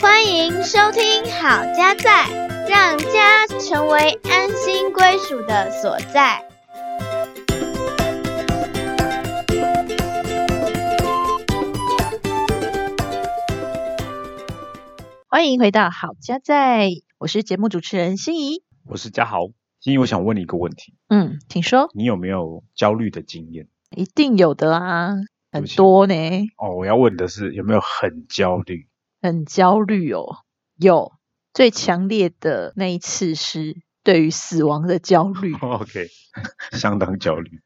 欢迎收听好家在，让家成为安心归属的所在。欢迎回到好家在，我是节目主持人心怡。我是嘉豪。今天我想问你一个问题，嗯，请说，你有没有焦虑的经验？一定有的啊，对很不起多呢，哦，我要问的是有没有很焦虑？，很焦虑哦。有最强烈的那一次是对于死亡的焦虑 OK，相 当焦虑。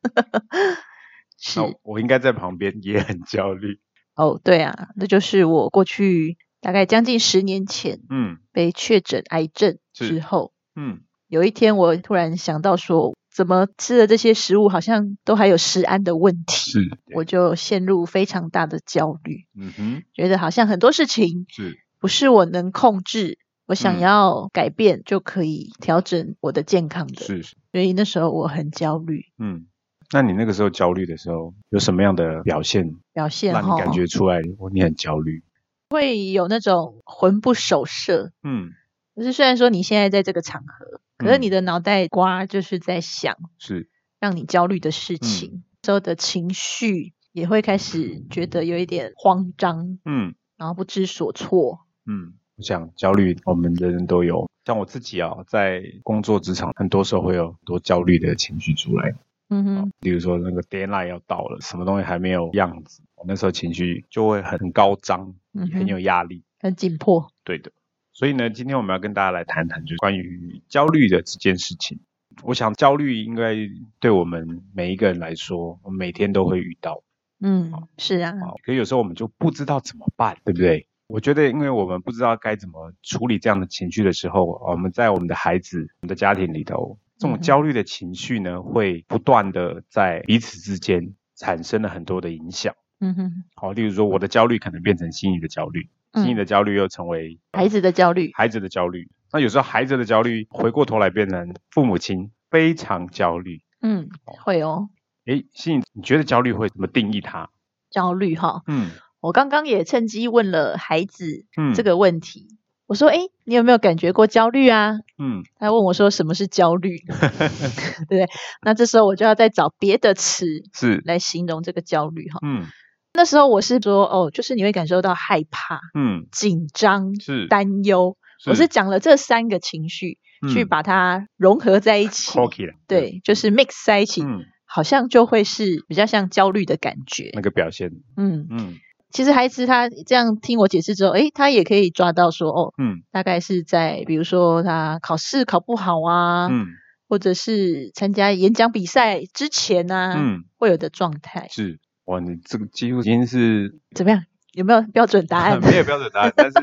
是那我应该在旁边也很焦虑。哦，对啊，那就是我过去大概将近十年前 嗯被确诊癌症是之后，嗯，有一天我突然想到说，怎么吃的这些食物好像都还有食安的问题，是，我就陷入非常大的焦虑，嗯哼，觉得好像很多事情是不是我能控制，我想嗯要改变就可以调整我的健康的，是，是所以那时候我很焦虑，嗯。那你那个时候焦虑的时候，有什么样的表现表现让你哈感觉出来我你很焦虑？会有那种魂不守舍。嗯，就是虽然说你现在在这个场合，可是嗯你的脑袋瓜就是在想是，让你焦虑的事嗯情，之后的情绪也会开始觉得有一点慌张，嗯然后不知所措。嗯。我想焦虑，我们人人都有。像我自己啊、在工作职场，很多时候会有很多焦虑的情绪出来。嗯哼，比如说那个 deadline 要到了，什么东西还没有样子，我那时候情绪就会很很高涨，嗯很有哼，压力。很紧迫。对的，所以呢，今天我们要跟大家来谈谈，就是关于焦虑的这件事情。我想焦虑应该对我们每一个人来说，我们每天都会遇到嗯，是啊，啊，可有时候我们就不知道怎么办，对不对？我觉得，因为我们不知道该怎么处理这样的情绪的时候，我们在我们的孩子、我们的家庭里头，这嗯种哼焦虑的情绪呢，嗯会不断的在彼此之间产生了很多的影响。嗯哼，好、例如说我的焦虑可能变成心理的焦虑，心理嗯，的焦虑又成为孩子的焦虑，孩子的焦虑。那有时候孩子的焦虑回过头来变成父母亲非常焦虑。嗯，会哦，诶，心理，你觉得焦虑会怎么定义它？焦虑哈。嗯我刚刚也趁机问了孩子嗯，这个问题，我说：“诶，你有没有感觉过焦虑啊？”嗯他问我说什么是焦虑， 对不对？那这时候我就要再找别的词是来形容这个焦虑哈。嗯那时候我是说哦，就是你会感受到害怕、嗯紧张、是，担忧，我是讲了这三个情绪、去嗯把它融合在一起，扣起来，对，就是 mix 在一起，嗯好像就会是比较像焦虑的感觉那。个表现，嗯，嗯其实孩子他这样听我解释之后，诶，他也可以抓到说哦，嗯大概是在比如说他考试考不好啊，嗯或者是参加演讲比赛之前呢、嗯会有的状态，是。哇，你这个几乎已经是怎么样？有没有标准答案？没有标准答案，但是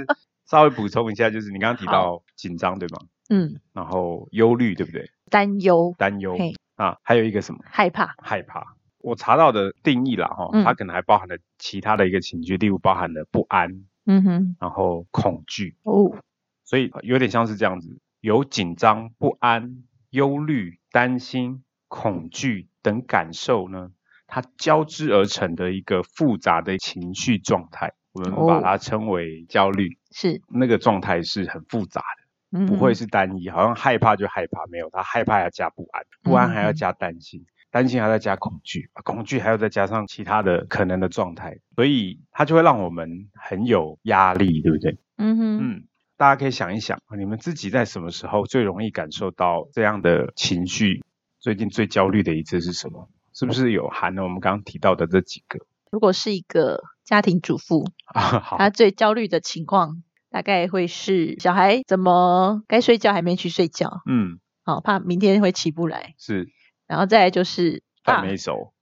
稍微补充一下，就是你刚刚提到紧张对吗？嗯，然后忧虑对不对？担忧、担忧嘿啊，还有一个什么害怕，害怕。我查到的定义啦，哈、嗯它可能还包含了其他的一个情绪，例如包含了不安，嗯哼，然后恐惧，哦，所以有点像是这样子，有紧张、不安、忧虑、担心、恐惧等感受呢，它交织而成的一个复杂的情绪状态，我们把它称为焦虑。是，那个状态是很复杂的，嗯不会哼是单一，好像害怕就害怕，没有，他害怕要加不安，不安还要加担心，担心还要再加恐惧，恐惧还要再加上其他的可能的状态，所以它就会让我们很有压力，对不对？嗯哼，嗯，大家可以想一想，你们自己在什么时候最容易感受到这样的情绪？最近最焦虑的一次是什么？是不是有含了我们刚刚提到的这几个？ 如果是一个家庭主妇，啊，好，她最焦虑的情况大概会是小孩怎么该睡觉还没去睡觉，嗯，好、怕明天会起不来，是然后再来就是饭啊，没熟，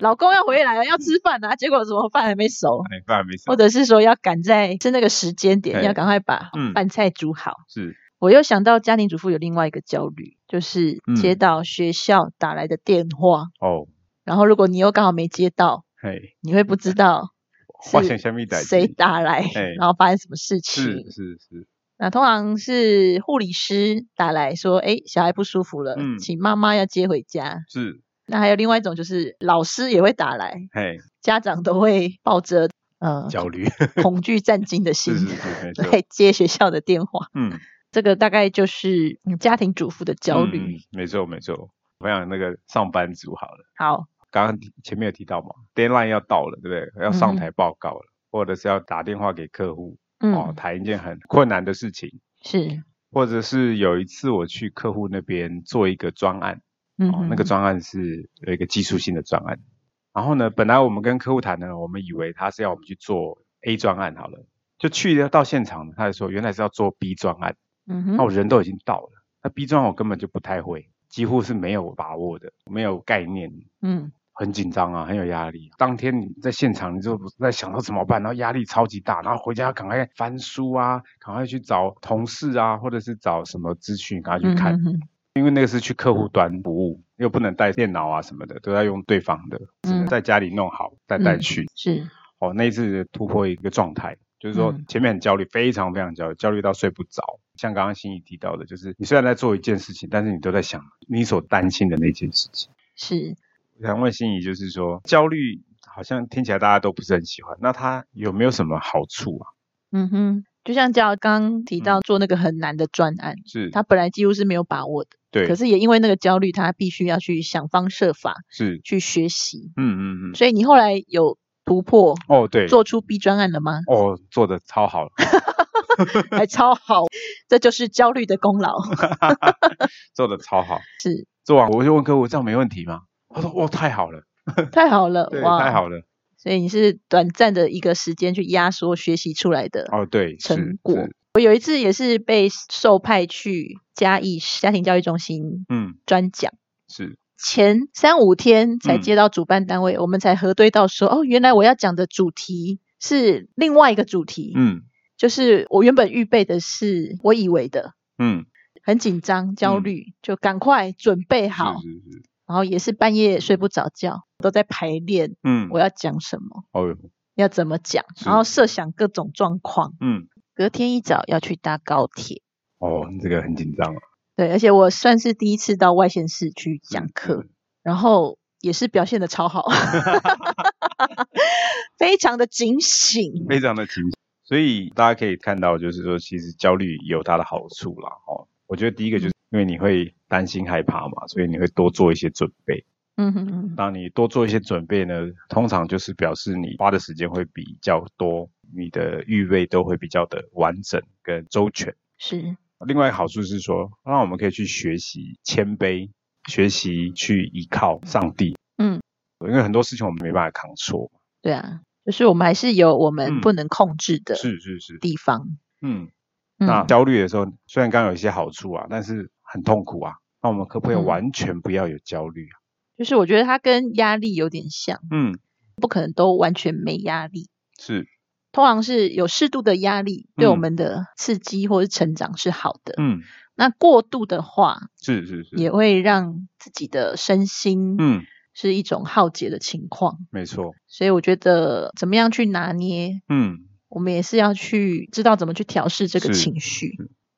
老公要回来了，要吃嗯饭啊，结果怎么饭还没熟，哎，饭没熟或，者是说要赶在是那个时间点，对要赶快把嗯饭菜煮好。是，我又想到家庭主妇有另外一个焦虑，就是嗯接到学校打来的电话，哦，然后如果你又刚好没接到，嘿，你会不知道花钱下面代谁打来，哎然后发生什么事是情。是是，那通常是护理师打来说，哎，小孩不舒服了，嗯请妈妈要接回家。是，那还有另外一种就是老师也会打来，嘿，家长都会抱着呃焦虑，恐惧战惊的心是是是，没错，来接学校的电话。嗯，这个大概就是嗯家庭主妇的焦虑。嗯，没错没错。我想那个上班族好了，好，刚刚提前面有提到嘛，deadline 要到了，对不对？要上台报告了，或者是要打电话给客户，嗯，哦，谈一件很困难的事情，是，或者是有一次我去客户那边做一个专案，嗯哦，哼，那个专案是有一个技术性的专案。然后呢，本来我们跟客户谈呢，我们以为他是要我们去做 A 专案好了，就去了到现场，他就说原来是要做 B 专案，嗯那哼，我人都已经到了，那 B 专案我根本就不太会，几乎是没有把握的，没有概念，嗯，很紧张啊，很有压力。当天你在现场，你就在想说怎么办，然后压力超级大，然后回家赶快翻书啊，赶快去找同事啊，或者是找什么资讯，赶快去看。嗯哼因为那个是去客户端服务，又不能带电脑啊什么的，都要用对方的，只能嗯在家里弄好再带去。是，哦，那一次突破一个状态，就是说嗯前面很焦虑，非常非常焦虑，焦虑到睡不着。像刚刚心怡提到的，就是你虽然在做一件事情，但是你都在想你所担心的那件事情。是，我想问心怡，就是说焦虑好像听起来大家都不是很喜欢，那它有没有什么好处啊？嗯哼，就像教刚提嗯到做那个很难的专案，是，他本来几乎是没有把握的，对可，是也因为那个焦虑，他必须要去想方设法是，去学习，嗯嗯嗯，所以你后来有突破，哦对，做出 B 专案了吗？哦做的超好，还超好，这就是焦虑的功 劳。做的超好，是做完我就问客户这样没问题吗？他说哦太好了，太好了，对，哇，太好了，所以你是短暂的一个时间去压缩学习出来的哦对，是成果。是我有一次也是被受派去嘉义市家庭教育中心嗯专讲，是前三五天才嗯接到主办单位，我们才核对到说，哦，原来我要讲的主题是另外一个主题，嗯就是我原本预备的是我以为的，嗯很紧张焦嗯虑，就赶快准备好，是是是然后也是半夜睡不着觉，都在排练嗯我要讲什么，哦要怎么讲，是然后设想各种状况。嗯隔天一早要去搭高铁，哦这个很紧张啊，对，而且我算是第一次到外县市去讲课，嗯然后也是表现的超 好，非常的警醒。非常的紧，所以大家可以看到，就是说其实焦虑有它的好处啦，哦，我觉得第一个就是因为你会担心害怕嘛，所以你会多做一些准备。嗯哼嗯当你多做一些准备呢，通常就是表示你花的时间会比较多，你的预备都会比较的完整跟周全。是，另外一个好处是说，让我们可以去学习谦卑，学习去依靠上帝。嗯，因为很多事情我们没办法扛错。对啊，就是我们还是有我们嗯不能控制的是是是，地方。嗯，嗯那焦虑的时候，虽然刚刚有一些好处啊，但是很痛苦啊。那我们可不可以嗯完全不要有焦虑啊？就是我觉得它跟压力有点像，嗯，不可能都完全没压力，是，通常是有适度的压力，对我嗯们的刺激或是成长是好的。嗯，那过度的话，是是是，也会让自己的身心嗯，是一种耗竭的情况。没错，所以我觉得怎么样去拿捏，嗯。我们也是要去知道怎么去调试这个是情绪。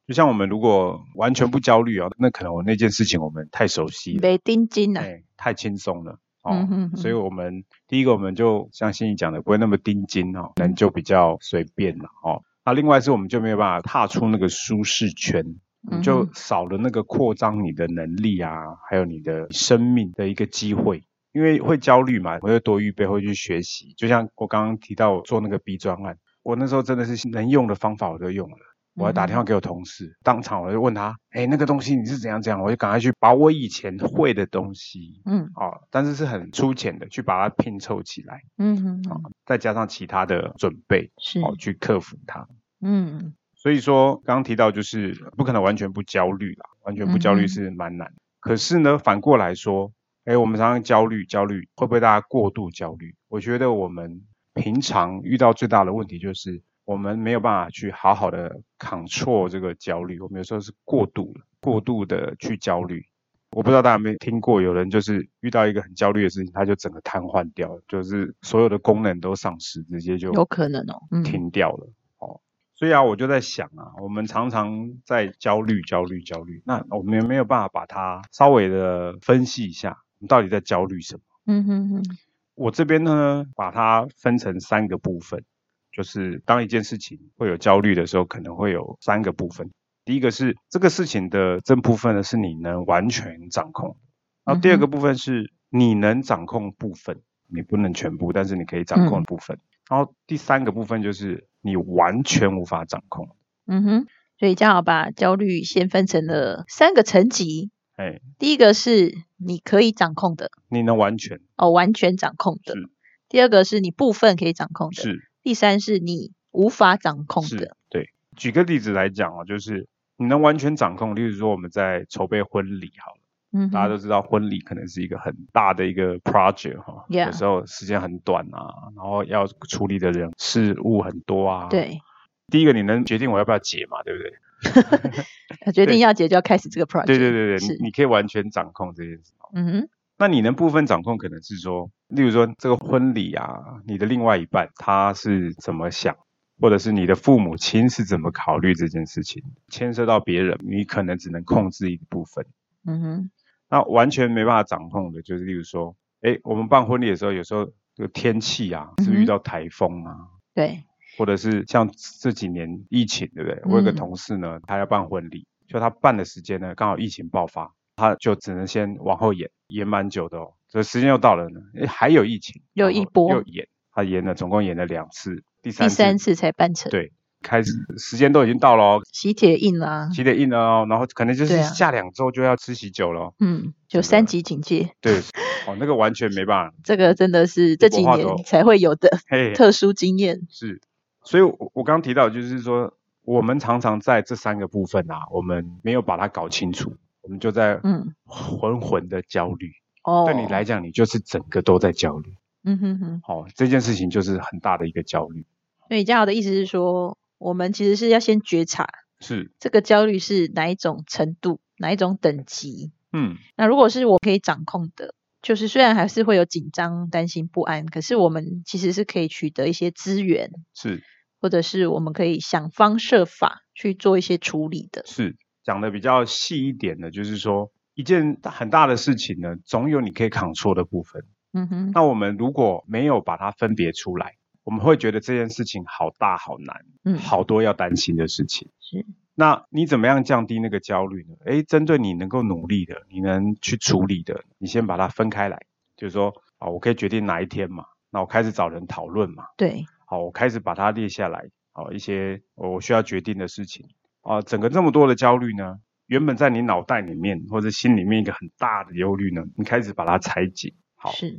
就像我们如果完全不焦虑啊，那可能我那件事情我们太熟悉了，没定金啊，哎，太轻松了哦。嗯哼哼所以我们第一个我们就像心怡讲的，不会那么盯紧哦，人就比较随便了哦。那另外是我们就没有办法踏出那个舒适圈，你嗯就哼少了那个扩张你的能力啊，还有你的生命的一个机会。因为会焦虑嘛，我会多预备，会去学习。就像我刚刚提到我做那个 B 专案，我那时候真的是能用的方法我都用了。嗯我还打电话给我同事，当场我就问他，哎，那个东西你是怎样怎样，我就赶快去把我以前会的东西，嗯哦，但是是很粗浅的，去把它拼凑起来，嗯哼哼，再加上其他哦的准备，是哦，去克服它。嗯所以说，刚刚提到就是不可能完全不焦虑啦，完全不嗯焦哼虑是蛮难的。可是呢，反过来说，哎，我们常常焦虑，焦虑会不会大家过度焦虑？我觉得我们平常遇到最大的问题就是我们没有办法去好好的 control 这个焦虑，我们有时候是过度了，过度的去焦虑。我不知道大家有没有听过，有人就是遇到一个很焦虑的事情，他就整个瘫痪掉了，就是所有的功能都丧失，直接就有可能哦，嗯停掉了。哦，所以啊，我就在想啊，我们常常在焦虑、焦虑、焦虑，那我们有没有办法把它稍微的分析一下？你到底在焦虑什么？嗯哼哼，我这边呢，把它分成三个部分，就是当一件事情会有焦虑的时候，可能会有三个部分。第一个是这个事情的这部分呢，是你能完全掌控；然后第二个部分是你能掌控部分，你不能全部，但是你可以掌控的部分。然后第三个部分就是你完全无法掌控。嗯哼，所以正好把焦虑先分成了三个层级。哎，第一个是你可以掌控的，你能完全哦，完全掌控的是；第二个是你部分可以掌控的；是第三是你无法掌控是的。，对。举个例子来讲哦，就是你能完全掌控，例如说我们在筹备婚礼好了。嗯哼，大家都知道婚礼可能是一个很大的一个 project 哈 Yeah 有时候时间很短啊，然后要处理的人事物很多啊。， 对，第一个你能决定我要不要结嘛，对不对？决对定要解就要开始这个 project。对对对对，啊是你，你可以完全掌控这件事。嗯哼，那你能部分掌控，可能是说，例如说这个婚礼啊，你的另外一半他是怎么想，或者是你的父母亲是怎么考虑这件事情，牵涉到别人，你可能只能控制一部分。嗯哼，那完全没办法掌控的，就是例如说，哎，我们办婚礼的时候，有时候这个天气啊，是不是遇嗯哼到台风啊，对，或者是像这几年疫情，对不对？我有个嗯同事呢，他要办婚礼，就他办的时间呢，刚好疫情爆发，他就只能先往后延，延蛮久的哦。这时间又到了呢，诶还有疫情，又然后一波又延，他延了，总共延了两次，第第三三次才办成，对开始时间都已经到了哦，喜帖印啦，几点印了哦，然后可能就是对啊下两周就要吃喜酒了哦、嗯，有真的三级警戒， 对，哦，那个完全没办法，这个真的是这国几画年都才会有的嘿，特殊经验。是，所以我我刚提到就是说，我们常常在这三个部分啊，我们没有把它搞清楚，我们就在嗯，浑浑的焦虑。哦，对你来，讲，你就是整个都在焦虑。嗯哼哼。哦，这件事情就是很大的一个焦虑。所以嘉豪的意思是说，我们其实是要先觉察是，这个焦虑是哪一种程度、哪一种等级。嗯，那如果是我可以掌控的，就是虽然还是会有紧张、担心、不安，可是我们其实是可以取得一些资源，是或者是我们可以想方设法去做一些处理的。是，讲的比较细一点的，就是说一件很大的事情呢，总有你可以 control 的部分。嗯哼，那我们如果没有把它分别出来，我们会觉得这件事情好大好难。嗯，好多要担心的事情。是，那你怎么样降低那个焦虑呢？诶，针对你能够努力的，你能去处理的，你先把它分开来，就是说啊，我可以决定哪一天嘛，那我开始找人讨论嘛，对，好，我开始把它列下来，啊好，一些呃我需要决定的事情啊，整个这么多的焦虑呢，原本在你脑袋里面或者心里面一个很大的忧虑呢，你开始把它拆解。好，是，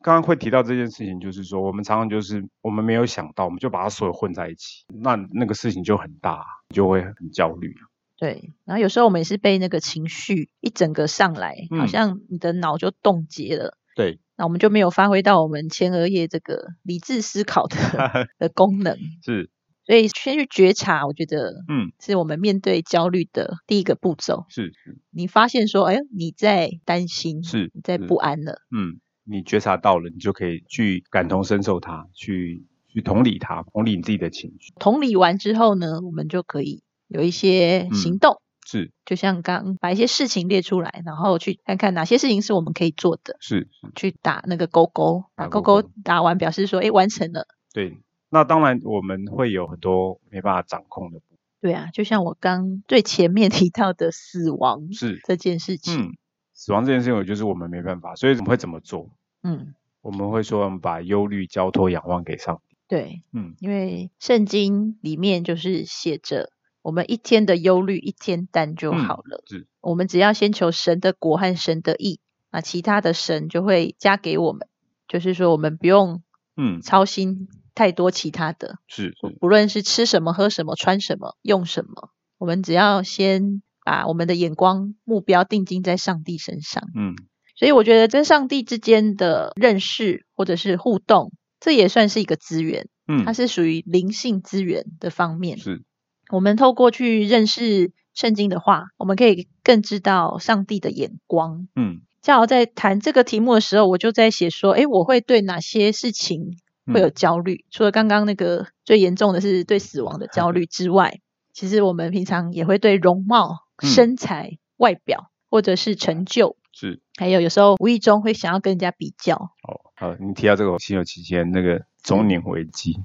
刚刚会提到这件事情，就是说我们常常就是我们没有想到，我们就把它所有混在一起，那那个事情就很大，就会很焦虑。啊对。然后有时候我们也是被那个情绪一整个上来，好嗯像你的脑就冻结了。对，那我们就没有发挥到我们前额叶这个理智思考 的的功能。是所以先去觉察，我觉得，嗯，是我们面对焦虑的第一个步骤。是你发现说，哎，你在担心，是你在是不安了，嗯，你觉察到了，你就可以去感同身受它，去去同理它，同理你自己的情绪。同理完之后呢，我们就可以有一些行嗯动。是就像刚把一些事情列出来，然后去看看哪些事情是我们可以做的，是，去打那个勾勾，打把勾勾勾勾打完，表示说，哎，完成了。对。那当然我们会有很多没办法掌控的部对啊，就像我刚最前面提到的死亡分。是，这件事情，嗯，死亡这件事情，我就是我们没办法，所以我们会怎么做？嗯，我们会说我们把忧虑交托仰望给上帝。对，嗯，因为圣经里面就是写着，我们一天的忧虑一天担就嗯好了。是我们只要先求神的国和神的义，那其他的神就会加给我们。就是说，我们不用嗯，操心太多其他的，是是不论是吃什么、喝什么、穿什么、用什么，我们只要先把我们的眼光目标定睛在上帝身上。嗯，所以我觉得跟上帝之间的认识或者是互动，这也算是一个资源，嗯它，是属于灵性资源的方面。是，我们透过去认识圣经的话，我们可以更知道上帝的眼光。嗯，正好在谈这个题目的时候，我就在写说，诶，我会对哪些事情会有嗯焦虑？除了刚刚那个最严重的是对死亡的焦虑之外，其实我们平常也会对容貌、嗯身材、外表或者是成就、是还有有时候无意中会想要跟人家比较，哦，好，你提到这个，我心有戚戚焉，那个中年危机，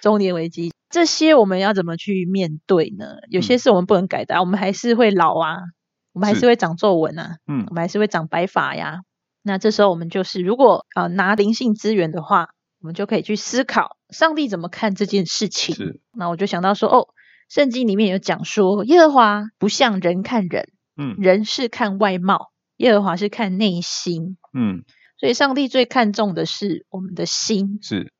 中年危机这些我们要怎么去面对呢？有些是我们不能改的啊、我们还是会老啊，我们还嗯是是会长皱纹啊，嗯我们还是会长白发呀。那这时候我们就是，如果呃拿灵性资源的话，我们就可以去思考上帝怎么看这件事情。是，那我就想到说，哦，圣经里面有讲说，耶和华不像人看人，嗯人是看外貌，耶和华是看内心。嗯所以上帝最看重的是我们的心，是，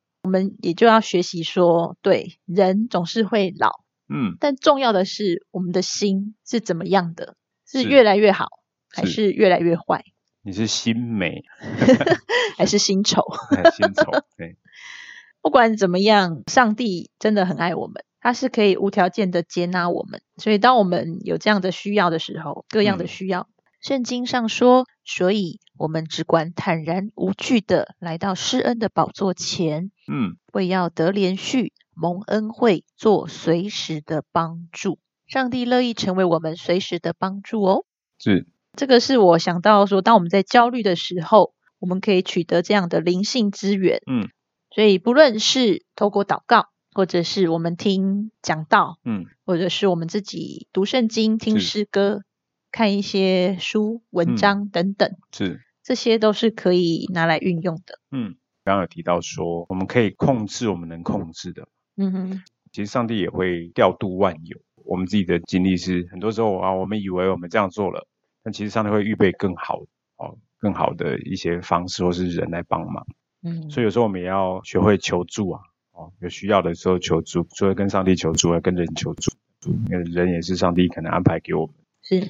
也就要学习说，对，人总是会老，嗯但重要的是我们的心是怎么样的，是是越来越好，还是是越来越坏，你是心美还是心丑？ 还是心丑？对，不管怎么样，上帝真的很爱我们，他是可以无条件的接纳我们。所以，当我们有这样的需要的时候，各样的嗯需要，圣经上说，所以我们只管坦然无惧的来到施恩的宝座前，嗯为要得连续蒙恩惠，做随时的帮助。上帝乐意成为我们随时的帮助哦。是，这个是我想到说，当我们在焦虑的时候，我们可以取得这样的灵性资源。嗯，所以不论是透过祷告，或者是我们听讲道，嗯或者是我们自己读圣经、听是诗歌、看一些书、嗯文章等等，是，这些都是可以拿来运用的。嗯，刚刚有提到说，我们可以控制我们能控制的，嗯哼，其实上帝也会调度万有。我们自己的经历是，很多时候啊，我们以为我们这样做了，但其实上帝会预备更好哦，更好的一些方式或是人来帮忙。嗯，所以有时候我们也要学会求助啊，哦，有需要的时候求助，除了跟上帝求助，还跟人求助，因为人也是上帝可能安排给我们。是，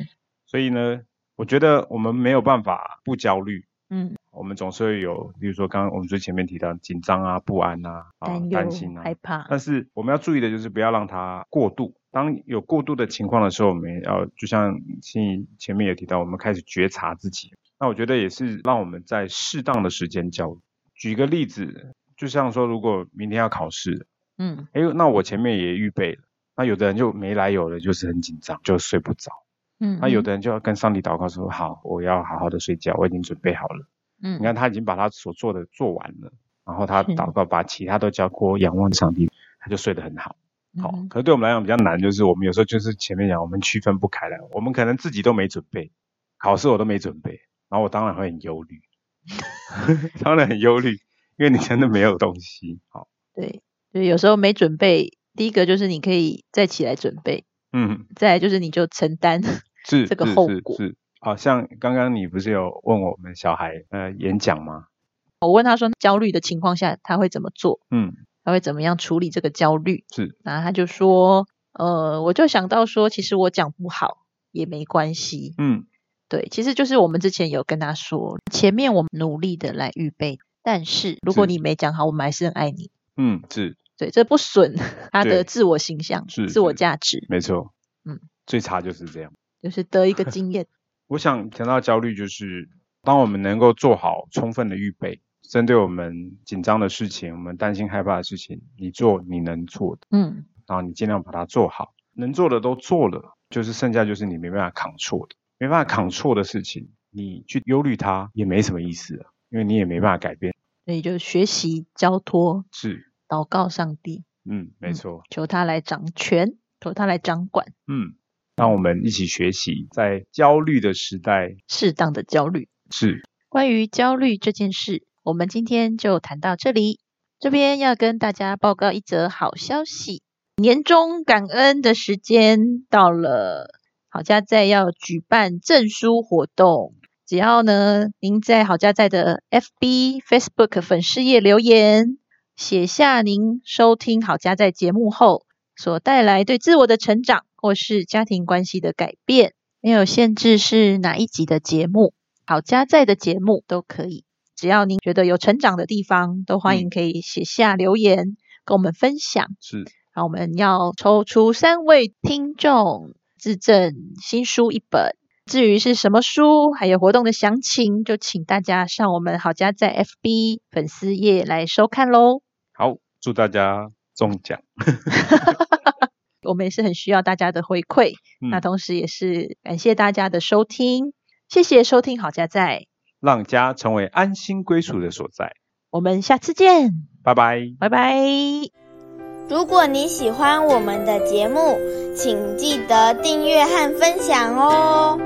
所以呢，我觉得我们没有办法不焦虑，嗯，我们总是会有，例如说刚刚我们最前面提到紧张啊、不安啊、啊担忧、担心啊，害怕，但是我们要注意的就是不要让它过度。当有过度的情况的时候，我们也要就像前前面也提到，我们开始觉察自己。那我觉得也是让我们在适当的时间交流。举个例子，就像说，如果明天要考试，嗯，诶，那我前面也预备了。那有的人就没来由的，就是很紧张，就睡不着。嗯，那有的人就要跟上帝祷告说：“好，我要好好的睡觉，我已经准备好了。”嗯，你看他已经把他所做的做完了，然后他是祷告，把其他都交托仰望上帝，他就睡得很好。嗯，好、嗯可是对我们来讲比较难，就是我们有时候就是前面讲，我们区分不开来，我们可能自己都没准备，考试我都没准备，然后我当然会很忧虑， 当然很忧虑，因为你真的没有东西。好，对，所以有时候没准备，第一个就是你可以再起来准备，嗯，再来就是你就承担。是这个是后是果是。好、像刚刚你不是有问我们小孩呃演讲吗？我问他说，焦虑的情况下他会怎么做？嗯，他会怎么样处理这个焦虑？是，然后他就说，呃，我就想到说，其实我讲不好也没关系。嗯对，其实就是我们之前有跟他说，前面我们努力的来预备，但是如果是你没讲好，我们还是很爱你。嗯，是对，这不损 他对的自我形象、是自我是价值，没错。嗯，最差就是这样。就是得一个经 验。我想谈到焦虑，就是当我们能够做好充分的预备，针对我们紧张的事情、我们担心害怕的事情，你做你能做的，嗯，然后你尽量把它做好，能做的都做了，就是剩下就是你没办法扛错的，没办法扛错的事情，你去忧虑它也没什么意思了，因为你也没办法改变。所以就学习交托、是，祷告上帝，嗯，没错，求他来掌权，求他来掌管嗯，让我们一起学习，在焦虑的时代，适当的焦虑。是关于焦虑这件事，我们今天就谈到这里。这边要跟大家报告一则好消息：年终感恩的时间到了，好家在要举办证书活动。只要呢，您在好家在的 FB、Facebook 粉丝页留言，写下您收听好家在节目后所带来对自我的成长或是家庭关系的改变，没有限制是哪一集的节目。好家在的节目都可以。只要您觉得有成长的地方，都欢迎可以写下留言、跟我们分享。是，然后我们要抽出三位听众自赠新书一本。至于是什么书，还有活动的详情，就请大家上我们好家在 FB 粉丝页来收看喽。好，祝大家中奖。我们也是很需要大家的回馈，嗯那同时也是感谢大家的收听。谢谢收听好家在，让家成为安心归属的所在。我们下次见，拜拜。拜拜。如果你喜欢我们的节目，请记得订阅和分享哦。